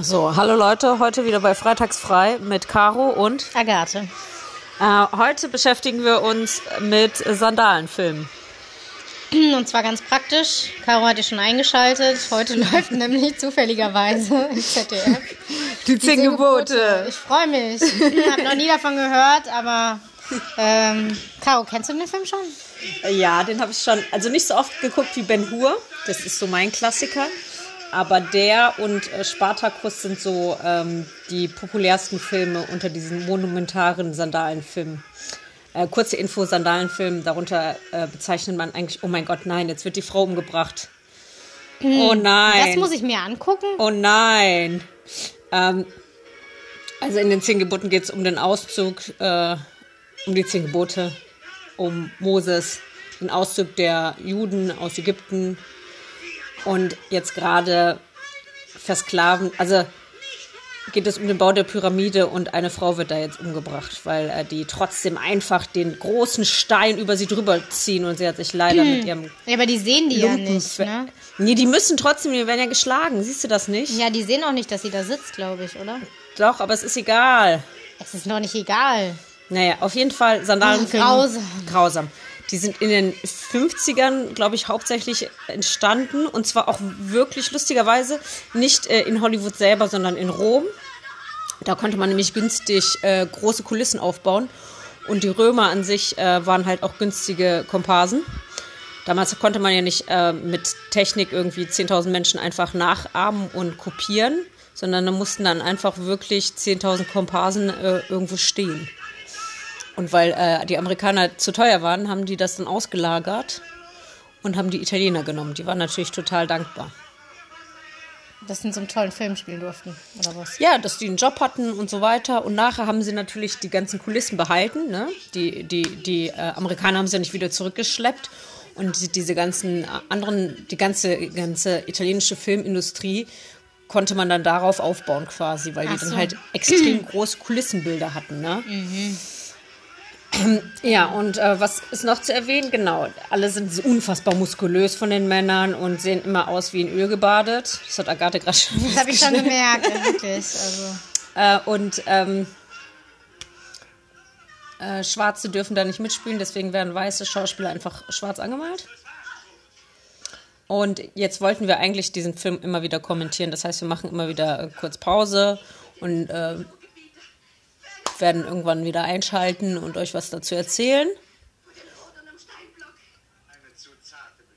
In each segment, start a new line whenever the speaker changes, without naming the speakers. So, hallo Leute, heute wieder bei Freitags frei mit Caro und
Agathe.
äh, heute beschäftigen wir uns mit Sandalenfilmen.
Und zwar ganz praktisch. Caro hat ihr schon eingeschaltet. Heute läuft nämlich zufälligerweise im ZDF.
Die Zehn Gebote.
Ich freue mich. Ich habe noch nie davon gehört, aber ähm, Caro, kennst du den Film schon?
Ja, den habe ich schon, also nicht so oft geguckt wie Ben Hur, das ist so mein Klassiker. Aber der und äh, Spartacus sind so ähm, die populärsten Filme unter diesen monumentaren Sandalenfilmen. Äh, kurze Info, Sandalenfilm, darunter äh, bezeichnet man eigentlich, oh mein Gott, nein, jetzt wird die Frau umgebracht. Oh nein.
Das muss ich mir angucken.
Oh nein. Ähm, also in den zehn Geboten geht es um den Auszug, äh, um die zehn Gebote, um Moses, den Auszug der Juden aus Ägypten und jetzt gerade versklaven, also geht es um den Bau der Pyramide und eine Frau wird da jetzt umgebracht, weil äh, die trotzdem einfach den großen Stein über sie drüber ziehen und sie hat sich leider mit ihrem
Ja, aber die sehen die Hm. ja nicht,
Lumpen-
ne?
Nee, die müssen trotzdem, die werden ja geschlagen. Siehst du das nicht?
Ja, die sehen auch nicht, dass sie da sitzt, glaube ich, oder?
Doch, aber es ist egal.
Es ist noch nicht egal.
Naja, auf jeden Fall Sandalen.
Ach, grausam.
Grausam. Die sind in den 50ern, glaube ich, hauptsächlich entstanden. Und zwar auch wirklich lustigerweise nicht äh, in Hollywood selber, sondern in Rom. Da konnte man nämlich günstig äh, große Kulissen aufbauen. Und die Römer an sich äh, waren halt auch günstige Komparsen. Damals konnte man ja nicht äh, mit Technik irgendwie 10.000 Menschen einfach nachahmen und kopieren, sondern da mussten dann einfach wirklich 10.000 Komparsen äh, irgendwo stehen. Und weil äh, die Amerikaner zu teuer waren, haben die das dann ausgelagert und haben die Italiener genommen. Die waren natürlich total dankbar.
Dass sie in so einem tollen Film spielen durften, oder was?
Ja, dass die einen Job hatten und so weiter. Und nachher haben sie natürlich die ganzen Kulissen behalten. Ne? Die, die, die äh, Amerikaner haben sie ja nicht wieder zurückgeschleppt. Und die, diese ganzen äh, anderen, die ganze, ganze italienische Filmindustrie konnte man dann darauf aufbauen quasi, weil die
Ach
dann
so. Mhm.
halt extrem große Kulissenbilder hatten. Ne? Ja, und äh, was ist noch zu erwähnen? Genau, alle sind so unfassbar muskulös von den Männern und sehen immer aus wie in Öl gebadet. Das hat Agathe gerade schon
Das habe ich schon gemerkt, ja, wirklich. Also,
Äh, und ähm, äh, Schwarze dürfen da nicht mitspielen, deswegen werden weiße Schauspieler einfach schwarz angemalt. Und jetzt wollten wir eigentlich diesen Film immer wieder kommentieren. Das heißt, wir machen immer wieder äh, kurz Pause und äh, werden irgendwann wieder einschalten und euch was dazu erzählen.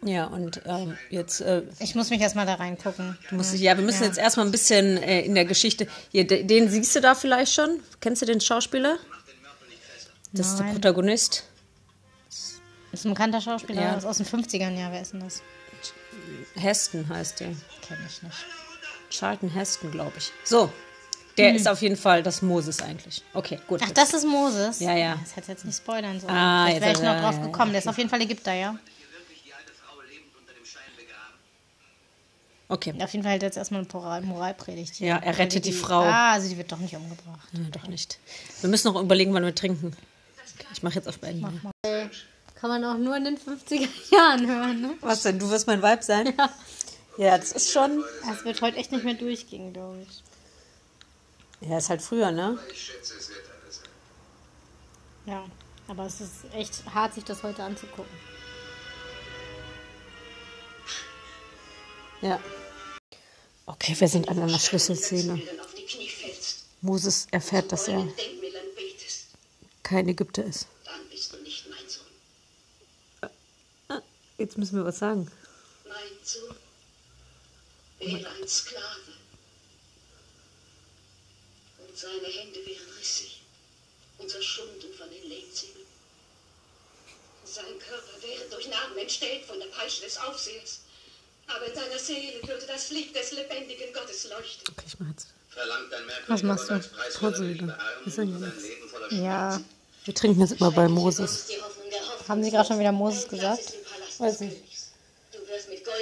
Ja, und ähm, jetzt äh,
ich muss mich erstmal da reingucken.
Du musst, ja, wir müssen jetzt erstmal ein bisschen äh, in der Geschichte. Hier, de- den siehst du da vielleicht schon. Kennst du den Schauspieler? Das ist der
Nein.
Protagonist.
Ist ein bekannter Schauspieler
Ja.
ist aus den 50ern, ja, wer ist denn das?
Heston heißt der.
Kenn ich nicht.
Charlton Heston, glaube ich. So, der ist auf jeden Fall das Moses eigentlich. Okay, gut.
Hm. Ach, das ist Moses.
Ja, ja.
Das hätte jetzt nicht spoilern sollen.
Ah,
Vielleicht wäre
jetzt
ich
hat er-
noch drauf
ja, ja,
gekommen. Der ist auf jeden Fall Ägypter, ja.
Okay.
Auf jeden Fall hält er jetzt erstmal eine Moral Moralpredigt.
Ja, er rettet die
Die-
Frau.
Ah, also die wird doch nicht umgebracht.
Ja, doch nicht. Wir müssen noch überlegen, wann wir trinken. Okay, ich mache jetzt auf beiden.
Kann man auch nur in den 50er Jahren hören, ne?
Was denn? Du wirst mein Weib sein? Ja. Ja, das ist schon.
Das wird heute echt nicht mehr durchgehen, glaube ich.
Ja, ist halt früher, ne?
Ja. Aber es ist echt hart, sich das heute anzugucken.
Ja. Okay, wir sind an einer Schlüsselszene. Moses erfährt, dass er kein Ägypter ist.
Dann bist du nicht mein Sohn.
Ah, Jetzt müssen wir was sagen.
Mein Sohn wäre ein Sklave. Und seine Hände wären rissig und zerschunden von den Lehmzähnen. Sein Körper wäre durch Narben entstellt von der Peitsche des Aufsehers. Aber in seiner Seele würde das Licht des lebendigen Gottes leuchten.
Okay, ich mach jetzt.
Verlangt ein
Was machst du? Ja.
Wir trinken jetzt immer bei Moses.
Haben Sie gerade schon wieder Moses gesagt?
Weiß nicht.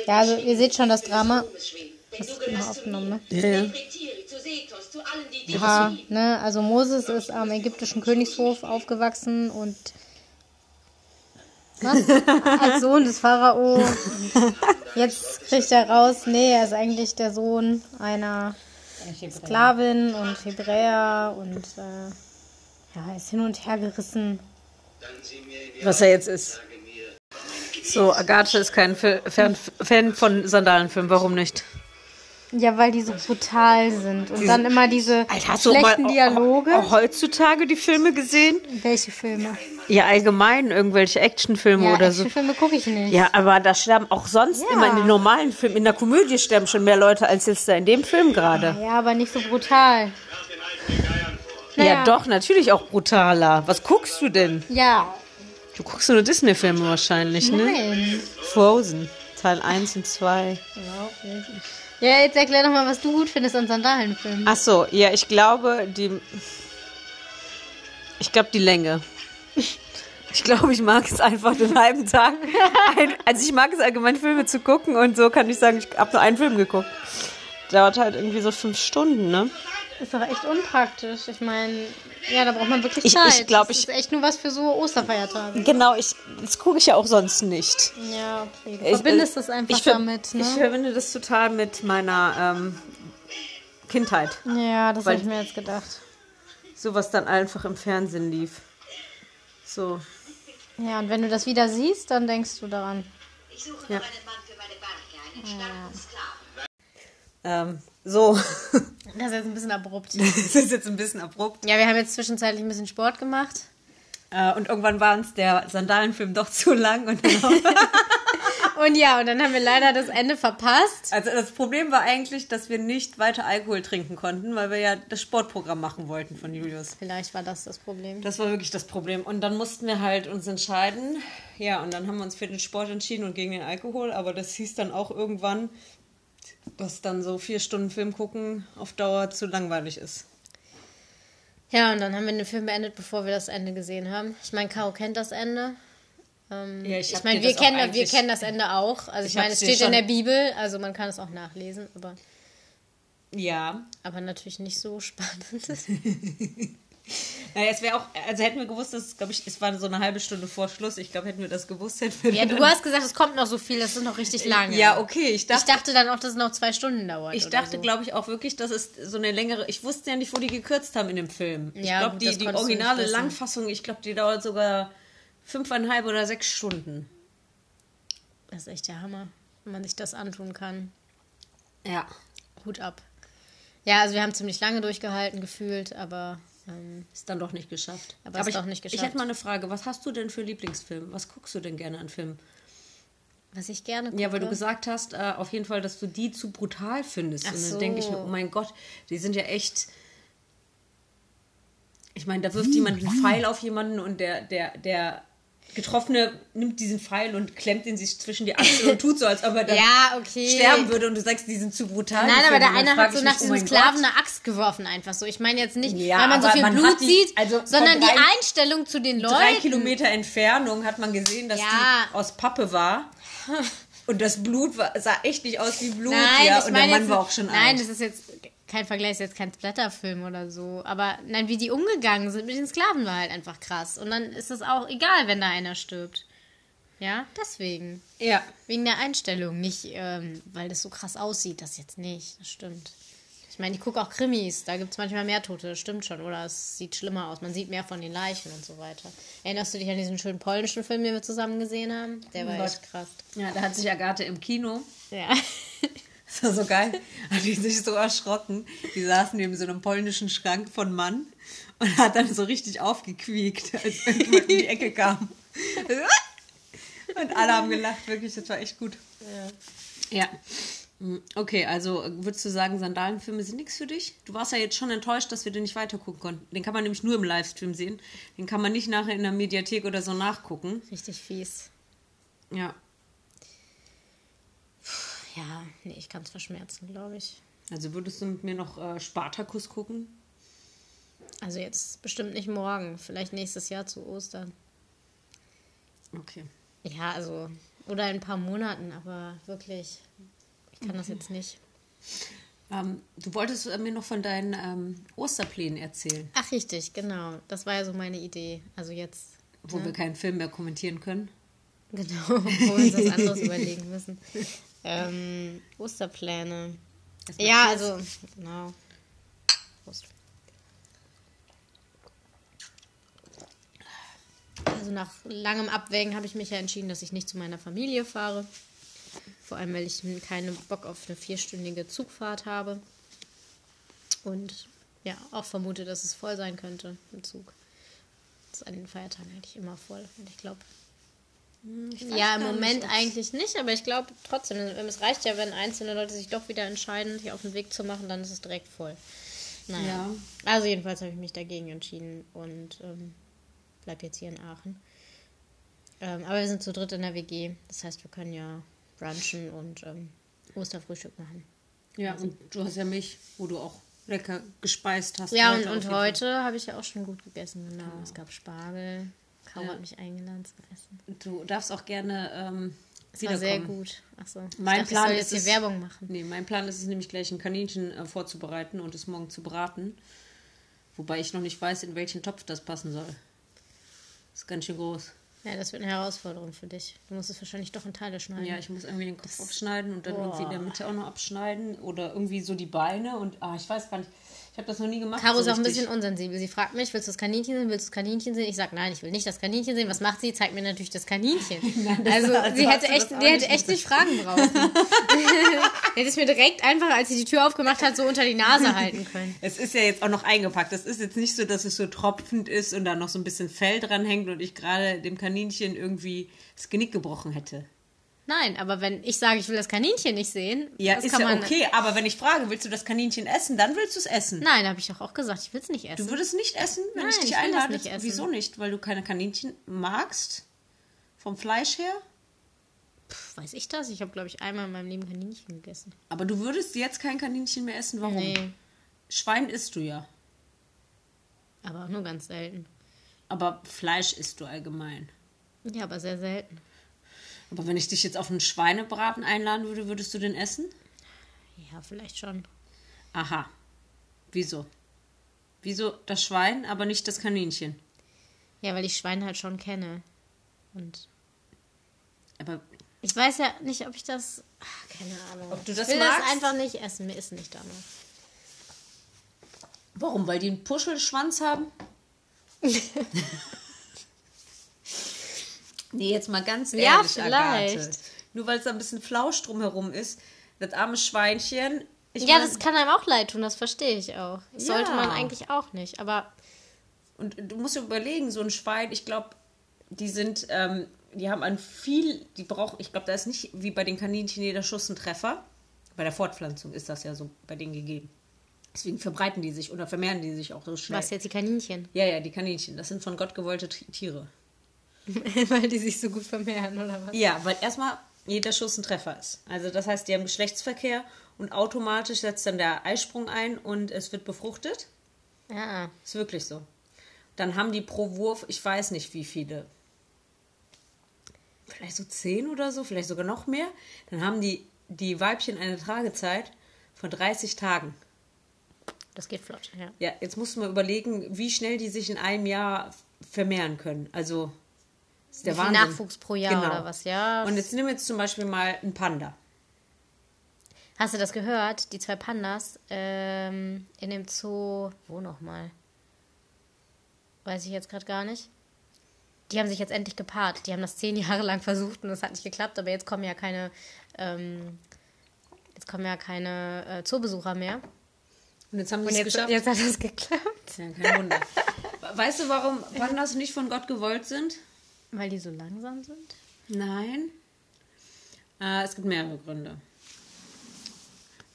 Ja, also ihr seht schon das Drama.
Das
ist immer aufgenommen, ne?
Ja, ja.
Ja, ne? Also Moses ist am ägyptischen Königshof aufgewachsen und was? als Sohn des Pharao. Und jetzt kriegt er raus, nee, er ist eigentlich der Sohn einer Sklavin und Hebräer und äh, ja, ist hin und her gerissen.
Was er jetzt ist.
So, Agathe ist kein Fi- Fan, Fan von Sandalenfilmen. Warum nicht?
Ja, weil die so brutal sind. Und dann immer diese
du
schlechten
auch- oh,
Dialoge.
Auch, auch heutzutage die Filme gesehen?
Welche Filme?
Ja, allgemein irgendwelche Actionfilme
Ja,
oder
welche
so.
Filme gucke ich nicht.
Ja, aber da sterben auch sonst
Ja.
immer in den normalen Filmen, in der Komödie sterben schon mehr Leute als jetzt da in dem Film gerade.
ja, aber nicht so brutal.
Ja.
Naja.
doch, natürlich auch brutaler. Was guckst du denn?
Ja,
Du guckst nur Disney-Filme wahrscheinlich, ne?
nein.
Frozen, Teil 1 und 2.
Ja, jetzt erklär doch mal, was du gut findest an Sandalenfilmen.
Ach so, ja, ich glaube, die. Ich glaube, die Länge. Ich glaube, ich mag es einfach den halben Tag. Ein, also, ich mag es allgemein, Filme zu gucken und so kann ich sagen, ich habe nur einen Film geguckt. Dauert halt irgendwie so fünf Stunden, ne?
Ist doch echt unpraktisch. Ich meine, ja, da braucht man wirklich
Ich- ich
Zeit.
glaub,
das
ich-
ist echt nur was für so Osterfeiertage.
Genau, ich, das gucke ich ja auch sonst nicht.
Ja, okay. Du
Ich- äh,
verbindest das einfach
ich ver-
damit,
Ich
ne?
verbinde das total mit meiner ähm, Kindheit.
Ja, das
weil-
habe ich mir jetzt gedacht.
So was dann einfach im Fernsehen lief. So.
Ja, und wenn du das wieder siehst, dann denkst du daran.
Ich suche noch einen Mann für meine Barke,
Ah,
einen starken Sklaven.
Ähm, so.
Das ist jetzt ein bisschen abrupt.
das ist jetzt ein bisschen abrupt.
Ja, wir haben jetzt zwischenzeitlich ein bisschen Sport gemacht.
Äh, und irgendwann war uns der Sandalenfilm doch zu lang. Und dann
Und ja, und dann haben wir leider das Ende verpasst.
also das Problem war eigentlich, dass wir nicht weiter Alkohol trinken konnten, weil wir ja das Sportprogramm machen wollten von Julius.
Vielleicht war das das Problem.
Das war wirklich das Problem. Und dann mussten wir halt uns entscheiden. Ja, und dann haben wir uns für den Sport entschieden und gegen den Alkohol. Aber das hieß dann auch irgendwann, dass dann so vier Stunden Film gucken auf Dauer zu langweilig ist.
Ja, und dann haben wir den Film beendet, bevor wir das Ende gesehen haben. Ich meine, Caro kennt das Ende. Ähm,
Ja, ich
ich
hab
meine,
dir
wir,
das auch
kennen, wir
eigentlich-
kennen das Ende auch. Also ich,
Ich
meine,
hab's
es
dir
steht in
schon-
der Bibel, also man kann es auch nachlesen, aber,
Ja.
aber natürlich nicht so spannend.
Naja, es wäre auch, also hätten wir gewusst, dass, glaube ich, es war so eine halbe Stunde vor Schluss. Ich glaube, hätten wir das gewusst, hätten wir.
ja, du hast gesagt, es kommt noch so viel, das ist noch richtig lange.
ja, okay, ich dachte.
Ich dachte dann auch, dass es noch zwei Stunden dauert.
Ich
oder
dachte,
so.
glaube ich, auch wirklich, dass es so eine längere. Ich wusste ja nicht, wo die gekürzt haben in dem Film. Ich
Ja,
glaube,
gut,
die,
das
die
konntest du nicht
originale
wissen.
Langfassung, ich glaube, die dauert sogar fünfeinhalb oder sechs Stunden.
Das ist echt der Hammer, wenn man sich das antun kann.
Ja.
Hut ab. Ja, also wir haben ziemlich lange durchgehalten, gefühlt, aber ähm,
Ist dann doch nicht geschafft.
Aber hast
ich,
du auch nicht
Ich
geschafft.
hätte mal eine Frage. Was hast du denn für Lieblingsfilme? Was guckst du denn gerne an Filmen?
was ich gerne gucke.
Ja, weil du gesagt hast, äh, auf jeden Fall, dass du die zu brutal findest.
Ach
Und dann
so.
denke ich mir, oh mein Gott, die sind ja echt. Ich meine, da
Hm.
wirft jemand einen Pfeil auf jemanden und der, der, der Getroffene nimmt diesen Pfeil und klemmt ihn sich zwischen die Achsel und tut so, als ob er dann
Ja, okay.
sterben würde und du sagst, die sind zu brutal.
Nein,
die
aber
Filme.
der
Und dann
eine
frag
hat
ich
so
mich,
nach
oh
diesem
mein
Sklaven
Gott.
eine Axt geworfen, einfach so. Ich meine jetzt nicht,
Ja,
weil man so
aber
viel
man
Blut
hat die-
sieht,
also von
sondern die
drei-
Einstellung zu den Leuten.
Drei Kilometer Entfernung hat man gesehen, dass
Ja.
die aus Pappe war. Und das Blut war, sah echt nicht aus wie Blut.
Nein,
ja.
ich
Und
meine
der Mann
jetzt,
war auch schon
Nein,
alt.
das ist jetzt kein Vergleich, ist jetzt kein Splatterfilm oder so. Aber nein, wie die umgegangen sind mit den Sklaven war halt einfach krass. Und dann ist es auch egal, wenn da einer stirbt. Ja, deswegen.
Ja.
Wegen der Einstellung, nicht ähm, weil das so krass aussieht, das jetzt nicht. Das stimmt. Ich meine, ich gucke auch Krimis, da gibt es manchmal mehr Tote, das stimmt schon. Oder es sieht schlimmer aus, man sieht mehr von den Leichen und so weiter. Erinnerst du dich an diesen schönen polnischen Film, den wir zusammen gesehen haben? Der war
Gott.
echt krass.
Ja, da hat sich Agathe im Kino,
Oh Ja.
das war so geil, hat die sich so erschrocken. Die saßen neben so einem polnischen Schrank von Mann und hat dann so richtig aufgequiekt, als irgendjemand um die Ecke kam. Und alle haben gelacht, wirklich, das war echt gut. Ja. Mm, Okay, also äh, würdest du sagen, Sandalenfilme sind nichts für dich? Du warst ja jetzt schon enttäuscht, dass wir den nicht weitergucken konnten. Den kann man nämlich nur im Livestream sehen. Den kann man nicht nachher in der Mediathek oder so nachgucken.
Richtig fies.
Ja,
Ja, nee, ich kann es verschmerzen, glaube ich.
also würdest du mit mir noch äh, Spartacus gucken?
Also jetzt bestimmt nicht morgen, vielleicht nächstes Jahr zu Ostern.
Okay.
Ja, also. Oder in ein paar Monaten, aber wirklich, ich kann das jetzt nicht.
Ähm, du wolltest äh, mir noch von deinen ähm, Osterplänen erzählen,
Ach, richtig, genau. Das war ja so meine Idee. Also jetzt,
wo wir keinen Film mehr kommentieren können.
genau, wo wir uns was anderes überlegen müssen. Ähm, Osterpläne.
Das macht
Ja, also, genau. Prost. Also nach langem Abwägen habe ich mich ja entschieden, dass ich nicht zu meiner Familie fahre. Vor allem, weil ich keinen Bock auf eine vierstündige Zugfahrt habe. Und ja, auch vermute, dass es voll sein könnte im Zug. Das ist an den Feiertagen eigentlich immer voll. Und ich glaube, ja, im Moment eigentlich nicht, aber ich glaube trotzdem, es reicht ja, wenn einzelne Leute sich doch wieder entscheiden, sich auf den Weg zu machen, dann ist es direkt voll. Naja. Ja. Also jedenfalls habe ich mich dagegen entschieden und ähm, bleib jetzt hier in Aachen. Ähm, aber wir sind zu dritt in der WG, das heißt, wir können ja brunchen und ähm, Osterfrühstück machen.
Ja, und Also, du hast ja mich, wo du auch lecker gespeist hast.
Ja, und, und heute habe ich ja auch schon gut gegessen, genau. Es gab Spargel. Kaum
Ja.
hat mich eingeladen zum Essen.
Du darfst auch gerne ähm,
Das war sehr
wiederkommen.
gut. Achso.
Mein
ich dachte,
Plan
ich
ist
soll jetzt
es-
hier Werbung machen.
Nee, mein Plan ist es nämlich gleich, ein Kaninchen äh, vorzubereiten und es morgen zu braten. Wobei ich noch nicht weiß, in welchen Topf das passen soll. Ist ganz schön groß.
Ja, das wird eine Herausforderung für dich. Du musst es wahrscheinlich doch in Teile schneiden.
Ja, ich muss irgendwie den Kopf abschneiden und dann irgendwie in der Mitte auch noch abschneiden oder irgendwie so die Beine und ah, ich weiß gar nicht. Ich habe das noch nie gemacht.
Caro
so
ist auch ein
richtig.
bisschen unsensibel. Sie fragt mich, willst du das Kaninchen sehen? Willst du das Kaninchen sehen? Ich sage, nein, ich will nicht das Kaninchen sehen. Was macht sie? Zeigt mir natürlich das Kaninchen. also,
also
sie
hast
hätte
du
echt,
das auch
die hätte
nicht
echt nicht fragen brauchen. hätte es mir direkt einfach, als sie die Tür aufgemacht hat, so unter die Nase halten können.
Es ist ja jetzt auch noch eingepackt. Es ist jetzt nicht so, dass es so tropfend ist und da noch so ein bisschen Fell dran hängt und ich gerade dem Kaninchen irgendwie das Genick gebrochen hätte.
Nein, aber wenn ich sage, ich will das Kaninchen nicht sehen,
Ja,
das
ist
kann
ja
man.
okay, aber wenn ich frage, willst du das Kaninchen essen, dann willst du es essen.
Nein, habe ich doch auch gesagt, ich will es nicht essen.
Du würdest nicht essen, wenn ich
Nein,
dich
ich will das
einlade.
nicht essen.
Wieso nicht? Weil du keine Kaninchen magst? Vom Fleisch her?
Pff, weiß ich das? Ich habe, glaube ich, einmal in meinem Leben Kaninchen gegessen.
Aber du würdest jetzt kein Kaninchen mehr essen. Warum?
Nee,
Schwein isst du ja.
aber auch nur ganz selten.
Aber Fleisch isst du allgemein.
Ja, aber sehr selten.
Aber wenn ich dich jetzt auf einen Schweinebraten einladen würde, würdest du den essen?
Ja, vielleicht schon.
Aha. Wieso? Wieso das Schwein, aber nicht das Kaninchen?
Ja, weil ich Schweine halt schon kenne. Und
Aber
ich weiß ja nicht, ob ich das. Ach, keine Ahnung.
Ob du
ich
das
will das
magst?
einfach nicht essen. Mir ist nicht danach.
warum? Weil die einen Puschelschwanz haben? nee, jetzt mal ganz ehrlich,
Ja,
Agathe.
vielleicht.
Nur weil es da ein bisschen Flausch drumherum ist, das arme Schweinchen. Ich
ja,
mein-
das kann einem auch leid tun, das verstehe ich auch. Sollte man eigentlich auch nicht. Aber
Und du musst dir überlegen, so ein Schwein, ich glaube, die sind, ähm, die haben ein viel, die brauchen, ich glaube, da ist nicht wie bei den Kaninchen jeder Schuss ein Treffer. Bei der Fortpflanzung ist das ja so bei denen gegeben. Deswegen verbreiten die sich oder vermehren die sich auch so schnell.
was jetzt die Kaninchen?
Ja, ja, die Kaninchen, das sind von Gott gewollte T- Tiere.
weil die sich so gut vermehren, oder was?
Ja, weil erstmal jeder Schuss ein Treffer ist. Also das heißt, die haben Geschlechtsverkehr und automatisch setzt dann der Eisprung ein und es wird befruchtet.
Ja.
Ist wirklich so. Dann haben die pro Wurf, ich weiß nicht wie viele. Vielleicht so zehn oder so, vielleicht sogar noch mehr. Dann haben die, die Weibchen eine Tragezeit von 30 Tagen.
Das geht flott, ja.
Ja, jetzt musst du mal überlegen, wie schnell die sich in einem Jahr vermehren können. Also, das ist der
Wie viel
Wahnsinn. Genau.
Nachwuchs pro Jahr oder was, ja.
Und jetzt nimm jetzt zum Beispiel mal einen Panda.
Hast du das gehört? Die zwei Pandas ähm, in dem Zoo, wo nochmal? Weiß ich jetzt gerade gar nicht. Die haben sich jetzt endlich gepaart. Die haben das zehn Jahre lang versucht und es hat nicht geklappt. Aber jetzt kommen ja keine, ähm, jetzt kommen ja keine äh, Zoobesucher mehr.
Und jetzt haben die
Und
es
jetzt,
geschafft.
jetzt hat es geklappt.
Ja, kein Wunder. weißt du, warum Pandas nicht von Gott gewollt sind?
Weil die so langsam sind?
Nein. Äh, es gibt mehrere Gründe.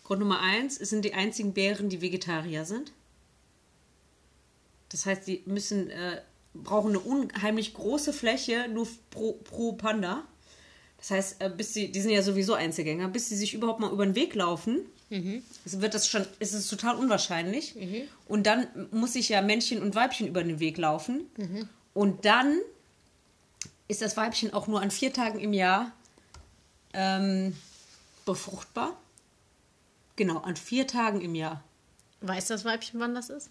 Grund Nummer eins, es sind die einzigen Bären, die Vegetarier sind. Das heißt, sie müssen, äh, brauchen eine unheimlich große Fläche nur f- pro, pro Panda. Das heißt, äh, bis sie, die sind ja sowieso Einzelgänger, bis sie sich überhaupt mal über den Weg laufen, es wird das schon, es ist total unwahrscheinlich. Und dann muss sich ja Männchen und Weibchen über den Weg laufen. Und dann ist das Weibchen auch nur an vier Tagen im Jahr ähm, befruchtbar. Genau, an vier Tagen im Jahr.
Weiß das Weibchen, wann das ist?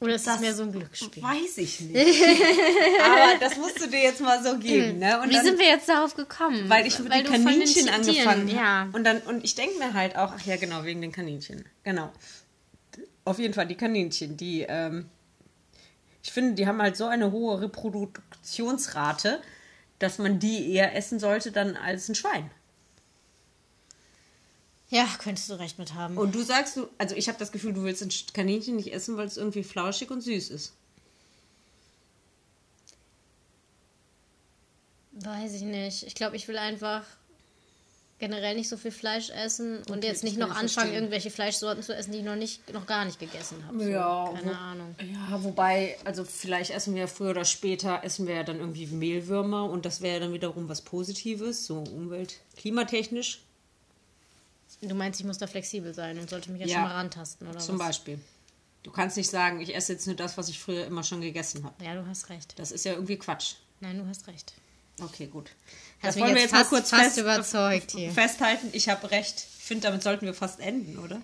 Oder ist das,
Das-
mehr so ein Glücksspiel?
Weiß ich nicht. Aber das musst du dir jetzt mal so geben. Ne? Und
Mhm. Wie
dann,
sind wir jetzt darauf gekommen?
weil ich mit den
du von den
Kaninchen
Tieren-
angefangen habe.
Ja.
Und, dann, und ich denke mir halt auch, ach ja, genau, wegen den Kaninchen. Genau. Auf jeden Fall, die Kaninchen, die, ähm, ich finde, die haben halt so eine hohe Reproduktionsrate, dass man die eher essen sollte dann als ein Schwein.
Ja, könntest du recht mit haben.
Und du sagst, du, also ich habe das Gefühl, du willst ein Kaninchen nicht essen, weil es irgendwie flauschig und süß ist.
Weiß ich nicht. Ich glaube, ich will einfach generell nicht so viel Fleisch essen und
Okay,
jetzt nicht
das kann
noch
ich
anfangen,
verstehen.
irgendwelche Fleischsorten zu essen, die ich noch nicht, noch gar nicht gegessen habe.
Ja,
so,
wo-
keine Ahnung.
Ja, wobei, also vielleicht essen wir ja früher oder später, essen wir ja dann irgendwie Mehlwürmer und das wäre ja dann wiederum was Positives, so umwelt-, klimatechnisch
Du meinst, ich muss da flexibel sein und sollte mich jetzt
Ja.
schon mal rantasten oder
zum
was?
Beispiel. Du kannst nicht sagen, ich esse jetzt nur das, was ich früher immer schon gegessen habe.
Ja, du hast recht.
Das ist ja irgendwie Quatsch.
Nein, du hast recht.
Okay, gut.
Hast
Das
mich
wollen wir
jetzt
jetzt
fast-
mal kurz
fast
fest,
überzeugt hier.
festhalten. Ich habe recht. Ich finde, damit sollten wir fast enden, oder?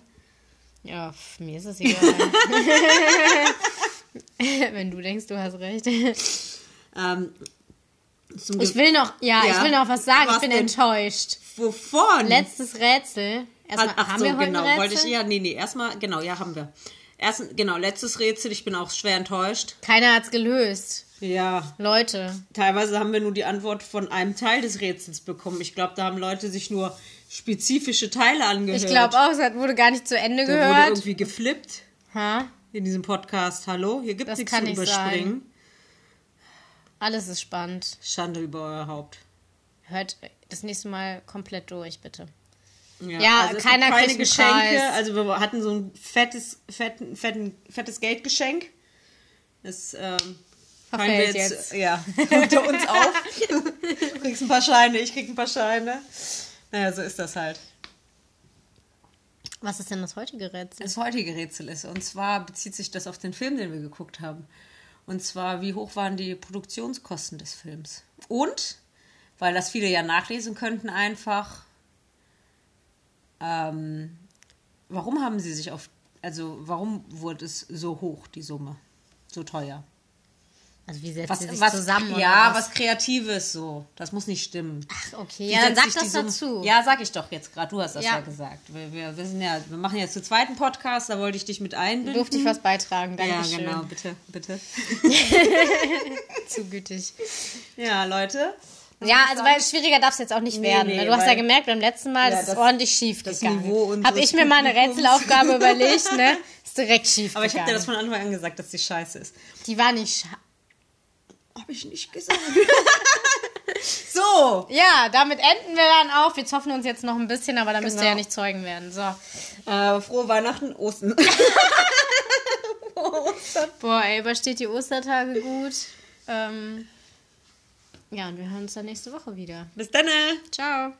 Ja, pf, mir ist es egal. Wenn du denkst, du hast recht. Ich
Ähm, zum Ge-
will noch, ja, ich
Ja.
will noch was sagen. ich
Was
bin
denn?
enttäuscht.
Wovon?
Letztes Rätsel. Erstmal,
Ach
haben
so,
wir heute
genau.
ein
Wollte ich
Rätsel?
eher, nee, nee, erstmal, genau, ja, haben wir. Erst, genau, letztes Rätsel, ich bin auch schwer enttäuscht.
Keiner hat's gelöst.
Ja.
Leute,
Teilweise haben wir nur die Antwort von einem Teil des Rätsels bekommen. Ich glaube, da haben Leute sich nur spezifische Teile angehört.
ich glaube auch, es hat- wurde gar nicht zu Ende
Da wurde
gehört.
irgendwie geflippt
Ha?
in diesem Podcast. Hallo, hier gibt
Das
es nichts
kann
zu
nicht
überspringen.
Alles ist spannend.
Schande über euer Haupt.
Hört das nächste Mal komplett durch, bitte. Ja,
Ja, also es
keiner
gibt keine
kriegt einen
Geschenke.
Preis.
Also wir hatten so ein fettes, fetten, fetten, fettes Geldgeschenk. Das ähm, teilen wir
Verfällt
jetzt,
jetzt.
Ja, unter uns auf. Du kriegst ein paar Scheine, ich krieg ein paar Scheine. Naja, so ist das halt.
Was ist denn das heutige Rätsel?
Das heutige Rätsel ist, und zwar bezieht sich das auf den Film, den wir geguckt haben. Und zwar, wie hoch waren die Produktionskosten des Films? Und, weil das viele ja nachlesen könnten, einfach, ähm, warum haben sie sich auf, also warum wurde es so hoch, die Summe? So teuer?
Also wie setzen
Was,
sie sich
was,
zusammen?
ja,
oder
was Kreatives so. Das muss nicht stimmen.
Ach, okay,
Wie
ja, dann
setzt
sag
sich die
das
Summe-
dazu.
Ja, sag ich doch jetzt gerade. Du hast das
Ja.
ja, gesagt. Wir, wir, wir, sind ja, wir machen jetzt den zweiten Podcast, da wollte ich dich mit einbinden.
Durfte ich was beitragen,
Ja,
Dankeschön.
genau, bitte, bitte.
Zu gütig.
Ja, Leute,
Ja, also weil schwieriger darf es jetzt auch nicht
Nee,
werden.
nee,
weil du hast ja
weil-
gemerkt beim letzten Mal,
Ja,
das, ist
das-
ordentlich schief
das
gegangen.
Niveau unseres
Habe ich mir mal eine
Publikums.
Rätselaufgabe überlegt, ne? Ist direkt schief
aber ich habe
gegangen.
dir das von Anfang an gesagt, dass die scheiße ist.
Die war nicht scha
Habe ich nicht gesagt. so.
Ja, damit enden wir dann auf. Wir zoffen uns jetzt noch ein bisschen, aber dann müsst ihr
Genau.
ja nicht Zeugen werden. So.
Äh, frohe Weihnachten, Osten.
Boah, ey, übersteht die Ostertage gut. Ähm, ja, und wir hören uns dann nächste Woche wieder.
Bis dann.
Ciao.